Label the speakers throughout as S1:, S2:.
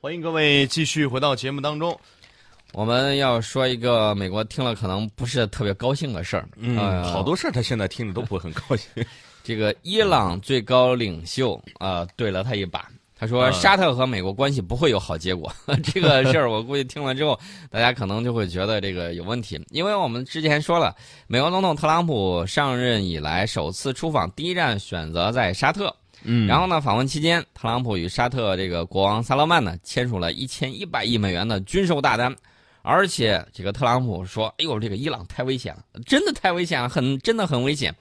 S1: 欢迎各位继续回到节目当中。
S2: 我们要说一个美国听了可能不是特别高兴的事儿，
S1: 嗯，
S2: 呃
S1: 好多事儿他现在听着都不很高兴。
S2: 这个伊朗最高领袖啊、呃对了他一把，他说
S1: 嗯
S2: 沙特和美国关系不会有好结果。 这个事儿我估计听了之后，大家可能就会觉得这个有问题，因为我们之前说了，美国总统特朗普上任以来首次出访，第一站选择在沙特。
S1: 嗯
S2: 然后呢，访问期间，特朗普与沙特这个国王萨勒曼呢签署了一千一百亿美元的军售大单，而且这个特朗普说：“哎呦，这个伊朗太危险了，真的太危险了，很真的很危险。”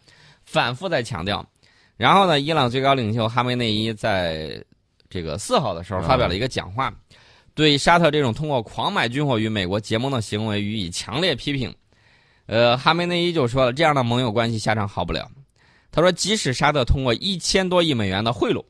S2: 反复在强调。然后呢，伊朗最高领袖哈梅内伊在这个四号的时候
S1: 嗯
S2: 发表了一个讲话，对沙特这种通过狂买军火与美国结盟的行为予以强烈批评。呃，哈梅内伊就说了，这样的盟友关系下场好不了。他说，即使沙特通过一千多亿美元的贿赂，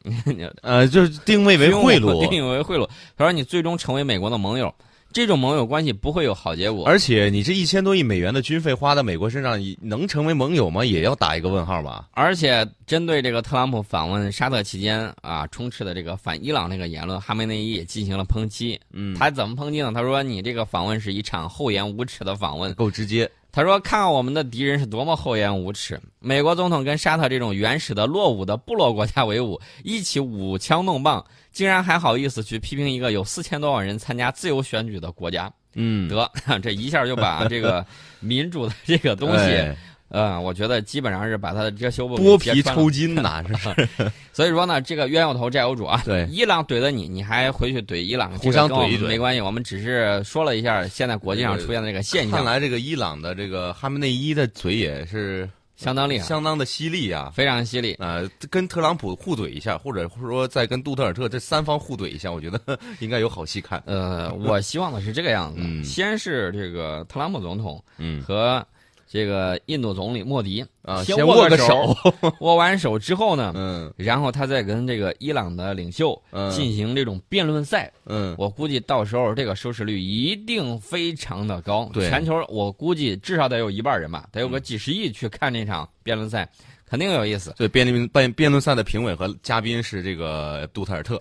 S1: 呃，就是定位为贿
S2: 定义
S1: 赂，
S2: 为贿赂，他说你最终成为美国的盟友，这种盟友关系不会有好结果。
S1: 而且你这一千多亿美元的军费花到美国身上，你能成为盟友吗？也要打一个问号吧。
S2: 而且针对这个特朗普访问沙特期间啊，充斥的这个反伊朗这个言论，哈梅内伊也进行了抨击。
S1: 嗯，
S2: 他怎么抨击呢？他说：“你这个访问是一场厚颜无耻的访问。
S1: 够直接。”
S2: 他说：“看看我们的敌人是多么厚颜无耻！美国总统跟沙特这种原始的落伍的部落国家为伍，一起舞枪弄棒，竟然还好意思去批评一个有四千多万人参加自由选举的国家。”
S1: 嗯，
S2: 得，这一下就把这个民主的这个东西，
S1: 哎
S2: 嗯，我觉得基本上是把他的遮羞布给
S1: 剥
S2: 揭
S1: 皮
S2: 穿
S1: 抽
S2: 了。
S1: 筋呐，这是
S2: 所以说呢，这个冤有头债有主啊。
S1: 对
S2: 伊朗怼的你，你还回去怼伊朗，这
S1: 互相
S2: 个跟我
S1: 怼一
S2: 们
S1: 怼
S2: 没关系。我们只是说了一下现在国际上
S1: 对
S2: 出现的这个现
S1: 看
S2: 象，
S1: 来这个伊朗的这个哈梅内伊的嘴也是
S2: 相当厉害，
S1: 相当的犀利啊。
S2: 非常犀利。
S1: 呃，跟特朗普互怼一下，或者说再跟杜特尔特这三方互怼一下，我觉得 应该有好戏看。
S2: 呃，我希望的是这个样子：
S1: 嗯
S2: 先是这个特朗普总统
S1: 嗯
S2: 和这个印度总理 莫迪
S1: 啊，
S2: 先
S1: 先
S2: 握
S1: 个
S2: 个手，握完手之后呢，
S1: 嗯
S2: 然后他再跟这个伊朗的领袖
S1: 嗯
S2: 进行这种辩论赛。
S1: 嗯，
S2: 我估计到时候这个收视率一定非常的高，
S1: 对嗯
S2: 全球我估计至少得有一半人吧，得有个几十亿去看这场辩论赛，肯定有意思。
S1: 对，辩论辩辩论赛的评委和嘉宾是这个杜特尔 特。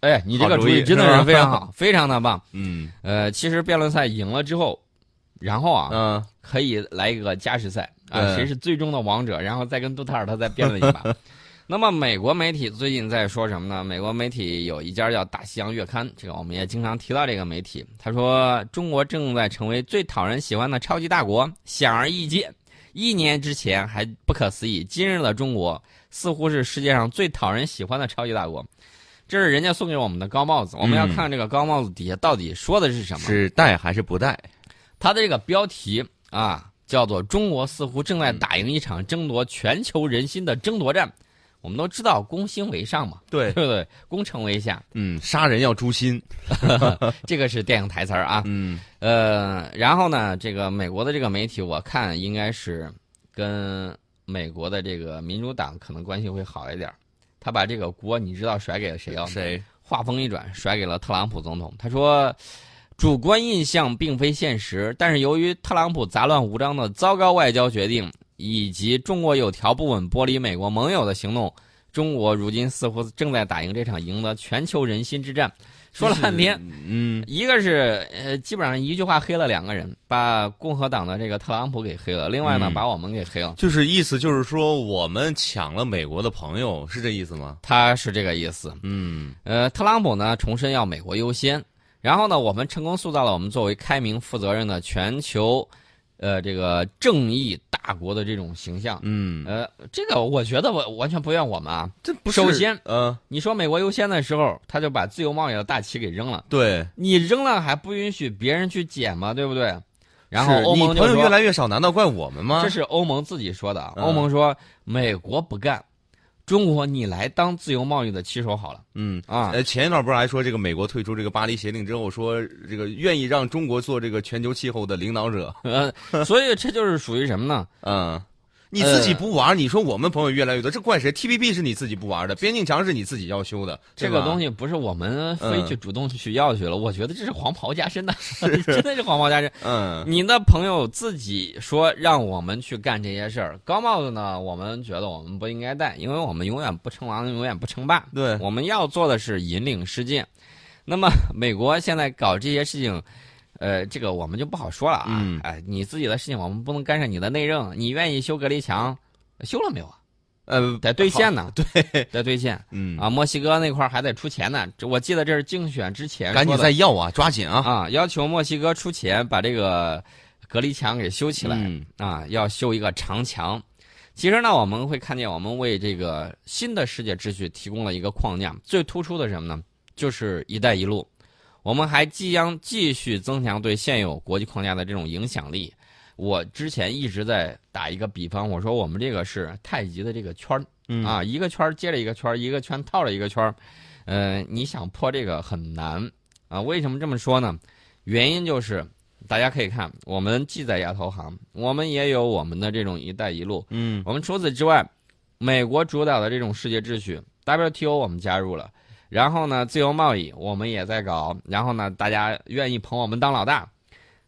S2: 哎，你这
S1: 好
S2: 个
S1: 主
S2: 主意
S1: 意
S2: 真
S1: 是
S2: 的
S1: 吧
S2: 是非 常好，非常的棒。
S1: 嗯
S2: 呃，其实辩论赛赢了之后，然后啊，
S1: 嗯，
S2: 可以来一个加时赛啊，
S1: 对
S2: 谁是最终的王者，然后再跟杜特尔特再辩论一把。那么美国媒体最近在说什么呢？美国媒体有一家叫《大西洋月刊》，这个我们也经常提到这个媒体。他说，中国正在成为最讨人喜欢的超级大国，显而易见。一年之前还不可思议，今日的中国似乎是世界上最讨人喜欢的超级大国。这是人家送给我们的高帽子，我们要
S1: 嗯
S2: 看这个高帽子底下到底说的是什么。
S1: 是带还是不带？
S2: 它的这个标题啊，叫做“中国似乎正在打赢一场争夺全球人心的争夺战”。我们都知道，攻心为上嘛， 对
S1: 对，
S2: 不对？攻城为下，
S1: 嗯，杀人要诛心。
S2: 这个是电影台词儿啊。
S1: 嗯
S2: 呃，然后呢，这个美国的这个媒体，我看应该是跟美国的这个民主党可能关系会好一点儿。他把这个锅，你知道甩给了谁啊？
S1: 谁？
S2: 话锋一转，甩给了特朗普总统。他说：“主观印象并非现实，但是由于特朗普杂乱无章的糟糕外交决定，以及中国有条不紊剥离美国盟友的行动，中国如今似乎正在打赢这场赢得全球人心之战。”说了半天，
S1: 嗯，
S2: 一个是呃，基本上一句话黑了两个人，把共和党的这个特朗普给黑了，另外呢，
S1: 嗯
S2: 把我们给黑了。
S1: 就是意思就是说我们抢了美国的朋友，是这意思吗？
S2: 他是这个意思。
S1: 嗯
S2: 呃，特朗普呢重申要美国优先，然后呢，我们成功塑造了我们作为开明负责任的全球，呃，这个正义大国的这种形象。
S1: 嗯，
S2: 呃，这个我觉得我完全不怨我们啊。
S1: 这不是
S2: 首先
S1: 呃，
S2: 你说美国优先的时候，他就把自由贸易的大旗给扔了，
S1: 对。
S2: 你扔了还不允许别人去捡吗？对不对？然后
S1: 是
S2: 欧盟
S1: 你
S2: 就
S1: 朋友越
S2: 说，
S1: 来越少，难道怪我们吗？
S2: 这是欧盟自己说的啊。
S1: 嗯
S2: 欧盟说美国不干，中国你来当自由贸易的旗手好了
S1: 嗯，
S2: 啊。
S1: 呃，前一段不是还说这个美国退出这个巴黎协定之后，说这个愿意让中国做这个全球气候的领导者，
S2: 呃，所以这就是属于什么呢？
S1: 嗯，你自己不玩，你说我们朋友越来越多，这怪谁？TPP 是你自己不玩的，边境墙是你自己要修的，
S2: 这个东
S1: 西
S2: 西不是我们非
S1: 嗯
S2: 去主动去要去了，我觉得这是黄袍加 身的，真的是黄袍加身。
S1: 嗯
S2: 你的朋友自己说让我们去干这些事儿，高帽子呢，我们觉得我们不应该戴，因为我们永远不称王，永远不称霸。
S1: 对
S2: 我们要做的是引领世界。那么美国现在搞这些事情，呃，这个我们就不好说了啊。
S1: 嗯
S2: 哎，你自己的事情我们不能干涉你的内政，你愿意修隔离墙，修了没有啊？
S1: 呃
S2: 得兑现呢，对，得兑现
S1: 嗯
S2: 啊！墨西哥那块儿还得出钱呢，这我记得这是竞选之前
S1: 赶紧
S2: 说的
S1: 再要啊，抓紧啊，
S2: 啊，要求墨西哥出钱把这个隔离墙给修起来、
S1: 嗯
S2: 啊，要修一个长墙。其实呢，我们会看见，我们为这个新的世界秩序提供了一个框架。最突出的是什么呢？就是“一带一路”。我们还即将继续增强对现有国际框架的这种影响力。我之前一直在打一个比方，我说我们这个是太极的这个圈儿，
S1: 嗯
S2: 啊，一个圈儿接着一个圈儿，一个圈套着一个圈儿，呃，你想破这个很难啊。为什么这么说呢？原因就是大家可以看，我们既在亚投行，我们也有我们的这种“一带一路”。
S1: 嗯
S2: 我们除此之外，美国主导的这种世界秩序，WTO 我们加入了，然后呢，自由贸易我们也在搞，然后呢，大家愿意捧我们当老大。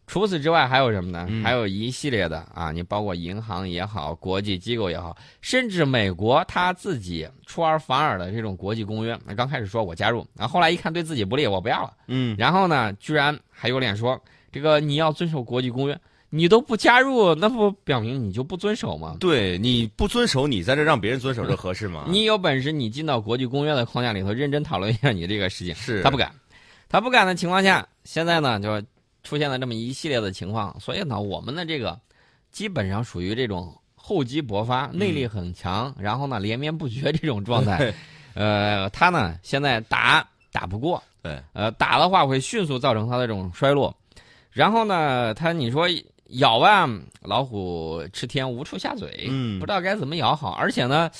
S2: 除此之外还有什么呢？还有一系列的啊，你包括银行也好，国际机构也好，甚至美国他自己出尔反尔的这种国际公约。那刚开始说我加入，然后后来一看对自己不利，我不要了。
S1: 嗯
S2: 然后呢，居然还有脸说这个你要遵守国际公约，你都不加入，那不表明你就不遵守吗？
S1: 对，你不遵守，你在这让别人遵守，这合适吗？
S2: 你有本事，你进到国际公约的框架里头，认真讨论一下你这个事情。
S1: 是
S2: 他不敢，他不敢的情况下，现在呢就出现了这么一系列的情况，所以呢，我们的这个基本上属于这种厚积薄发、
S1: 嗯
S2: 内力很强，然后呢连绵不绝这种状态。 呃，他呢现在打打不过，
S1: 对，
S2: 呃，打的话会迅速造成它的这种衰落。然后呢，它你说咬吧，老虎吃天无处下嘴，
S1: 嗯
S2: 不知道该怎么咬好。而且呢，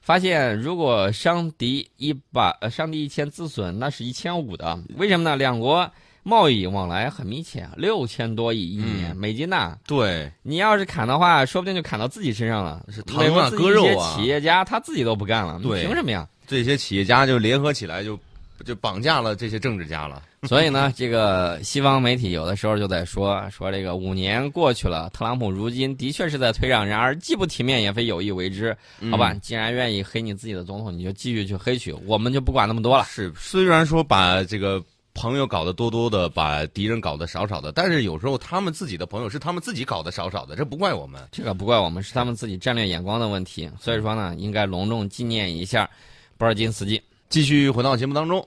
S2: 发现如果伤敌一百，呃，伤敌一千，自损那是一千五的。为什么呢？两国贸易往来很密切，啊六千多亿一年、
S1: 嗯
S2: 美金呐、
S1: 对，
S2: 你要是砍的话，说不定就砍到自己身上了。
S1: 是
S2: 美
S1: 疼
S2: 国
S1: 啊，
S2: 自己
S1: 割
S2: 一
S1: 肉
S2: 些
S1: 啊
S2: 企，业家他自己都不干了，
S1: 对
S2: 凭什么呀？
S1: 这些企业家就联合起来就就绑架了这些政治家了。
S2: 所以呢，这个西方媒体有的时候就在说说这个五年过去了，特朗普如今的确是在退让，然而既不体面也非有意为之。好吧，既然愿意黑你自己的总统，你就继续去黑去，我们就不管那么多了。
S1: 是，虽然说把这个朋友搞得多多的，把敌人搞得少少的，但是有时候他们自己的朋友是他们自己搞得少少的，这不怪我们。
S2: 这个不怪我们，是他们自己战略眼光的问题。所以说呢，应该隆重纪念一下波尔津斯基。
S1: 继续回到节目当中，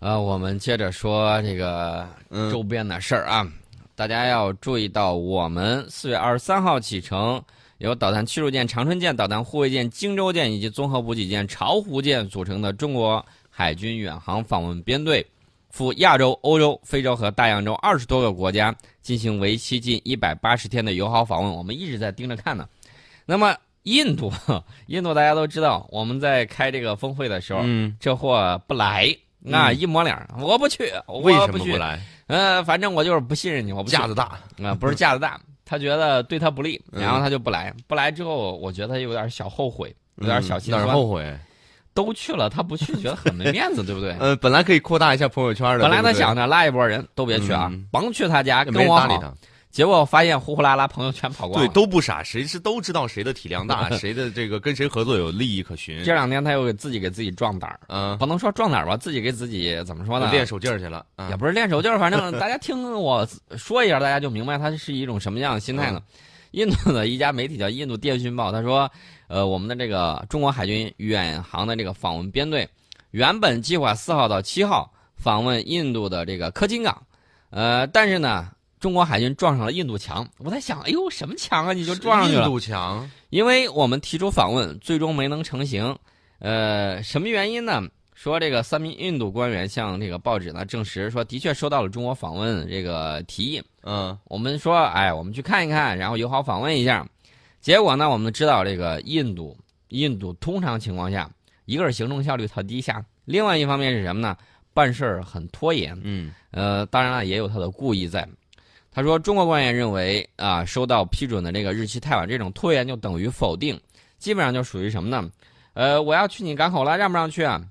S2: 呃，我们接着说这个
S1: 嗯，
S2: 周边的事儿啊，大家要注意到，我们四月二十三号启程，由导弹驱逐舰长春舰、导弹护卫舰荆州舰以及综合补给舰巢湖舰组成的中国海军远航访问编队，赴亚洲、欧洲、非洲和大洋洲二十多个国家进行为期近一百八十天的友好访问，我们一直在盯着看呢。那么印度， 印度大家都知道，我们在开这个峰会的时候，
S1: 嗯，
S2: 这货不来。那一抹脸儿，我不去，我
S1: 为什么
S2: 去
S1: 不来？
S2: 呃，反正我就是不信任你，我不去
S1: 架子大，
S2: 啊、不是架子大，他觉得对他不利，
S1: 嗯
S2: 然后他就不来。不来之后，我觉得他有点小后悔，嗯有点小
S1: 嗯
S2: 心
S1: 哪
S2: 酸。
S1: 儿后悔？
S2: 都去了，他不去，觉得很没面子，对不对？
S1: 呃，本来可以扩大一下朋友圈的，
S2: 本来他
S1: 对不对
S2: 想着拉一波人都别去啊，
S1: 嗯
S2: 甭去他家，
S1: 也
S2: 跟
S1: 没人
S2: 我
S1: 搭理
S2: 好。
S1: 他，
S2: 结果发现呼呼啦啦朋友全跑光
S1: 对，
S2: 了。
S1: 都不傻，谁是都知道谁的体量 大，谁的这个跟谁合作有利益可循，
S2: 这两天他又给自己给自己壮胆儿，
S1: 嗯，
S2: 不能说壮胆儿吧，自己给自己怎么说呢？
S1: 练手劲儿去了，
S2: 也
S1: 啊，
S2: 不是练手劲儿，反正大家听我说一下，大家就明白它是一种什么样的心态呢？印度的一家媒体叫《印度电讯报》，他说，呃，我们的这个中国海军远航的这个访问编队，原本计划四号到七号访问印度的这个科钦港，呃，但是呢，中国海军撞上了印度墙。我在想，哎呦，什么墙啊？你就撞上去
S1: 印
S2: 了？
S1: 度强，
S2: 因为我们提出访问，最终没能成行。呃，什么原因呢？说这个三名印度官员向这个报纸呢证实说，的确收到了中国访问这个提议。
S1: 嗯，
S2: 我们说，哎，我们去看一看，然后友好访问一下。结果呢，我们知道这个印度，印度通常情况下，一个是行政效率它低下，另外一方面是什么呢？办事儿很拖延。
S1: 嗯，
S2: 呃，当然了，也有他的故意在。他说，中国官员认为啊，收到批准的这个日期太晚，这种拖延就等于否定，基本上就属于什么呢？呃，我要去你港口了，让不让去啊？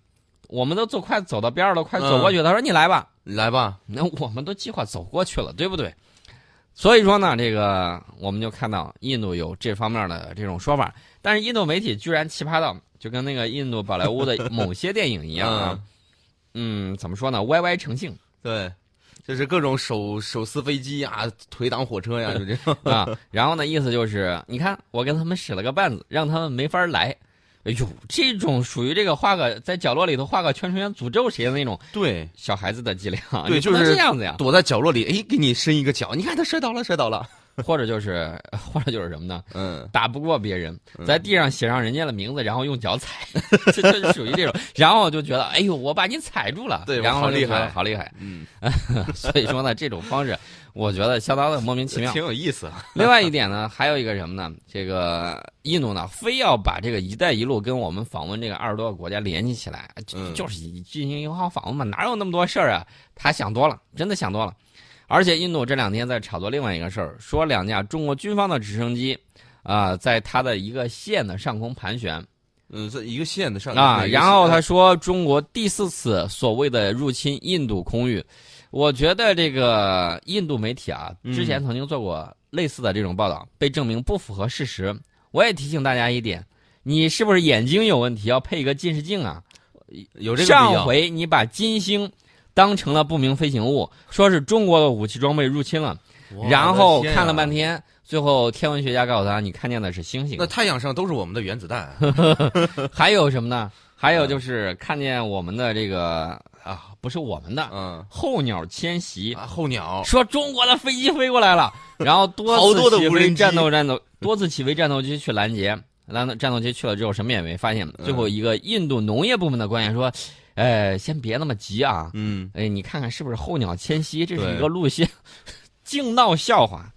S2: 我们都走快走到边儿了，快走过去了。他说你来吧，
S1: 来吧，
S2: 那我们都计划走过去了，对不对？所以说呢，这个我们就看到印度有这方面的这种说法，但是印度媒体居然奇葩到，就跟那个印度宝莱坞的某些电影一样啊，嗯，怎么说呢？歪歪成性
S1: 对，就是各种手手撕飞机呀、腿挡火车呀、就这 样。
S2: 啊。然后呢，意思就是，你看我跟他们使了个绊子，让他们没法来。哎呦，这种属于这个画个在角落里头画个圈圈诅咒谁的那种
S1: 对，
S2: 小孩子的伎俩，
S1: 对
S2: 你不能
S1: 就是
S2: 这样子呀。
S1: 躲在角落里，哎，给你伸一个脚，你看他摔倒了，摔倒了。
S2: 或者就是，或者就是什么呢？
S1: 嗯，
S2: 打不过别人，在地上写上人家的名字，然后用脚踩， 这这属于这种。然后我就觉得，哎呦，我把你踩住了，
S1: 对
S2: 然后
S1: 好
S2: 我就
S1: 厉
S2: 觉得
S1: 害
S2: 好厉害。
S1: 嗯，
S2: 所以说呢，这种方式我觉得相当的莫名其妙
S1: 挺。有意思啊。
S2: 另外一点呢，还有一个什么呢？这个印度呢，非要把这个“一带一路”跟我们访问这个二十多个国家联系起来，就
S1: 嗯
S2: 就是以进行友好访问嘛，哪有那么多事儿啊？他想多了，真的想多了。而且印度这两天在炒作另外一个事儿，说两架中国军方的直升机，啊、在它的一个县的上空盘旋
S1: 嗯，这一个线的上
S2: 啊，然后他
S1: 他
S2: 说中国第四次所谓的入侵印度空域，我觉得这个印度媒体啊，
S1: 嗯
S2: 之前曾经做过类似的这种报道，被证明不符合事实。我也提醒大家一点，你是不是眼睛有问题，要配一个近视镜啊？
S1: 有这个必
S2: 上
S1: 要。
S2: 回你把金星当成了不明飞行物，说是中国的武器装备入侵了，
S1: 哇
S2: 然后
S1: 我的天啊
S2: 看了半天，最后天文学家告诉他，你看见的是星星
S1: 那。太阳上都是我们的原子弹，
S2: 还有什么呢？还
S1: 嗯
S2: 有就是看见我们的这个啊，不是我们的
S1: 嗯，
S2: 候鸟迁徙，
S1: 啊候鸟，
S2: 说中国的飞机飞过 来了，然后多
S1: 好
S2: 次
S1: 多的
S2: 起
S1: 无
S2: 飞
S1: 人机
S2: 战斗战斗，多次起飞战斗机去拦截，拦战斗机去了之后什么也没发现。
S1: 嗯
S2: 最后一个印度农业部门的官员说：“呃，先别那么急啊，
S1: 嗯，
S2: 哎，你看看是不是候鸟迁徙，这是
S1: 对
S2: 一个路线， 净闹笑话。”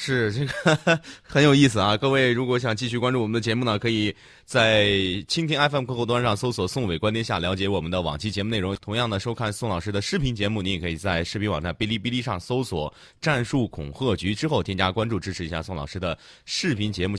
S1: 是这个很有意思啊！各位如果想继续关注我们的节目呢，可以在蜻蜓 FM 客户端上搜索“宋伟观天下”，了解我们的往期节目内容。同样呢，收看宋老师的视频节目，你也可以在视频网站哔哩哔哩上搜索“战术恐吓局”之后添加关注，支持一下宋老师的视频节目。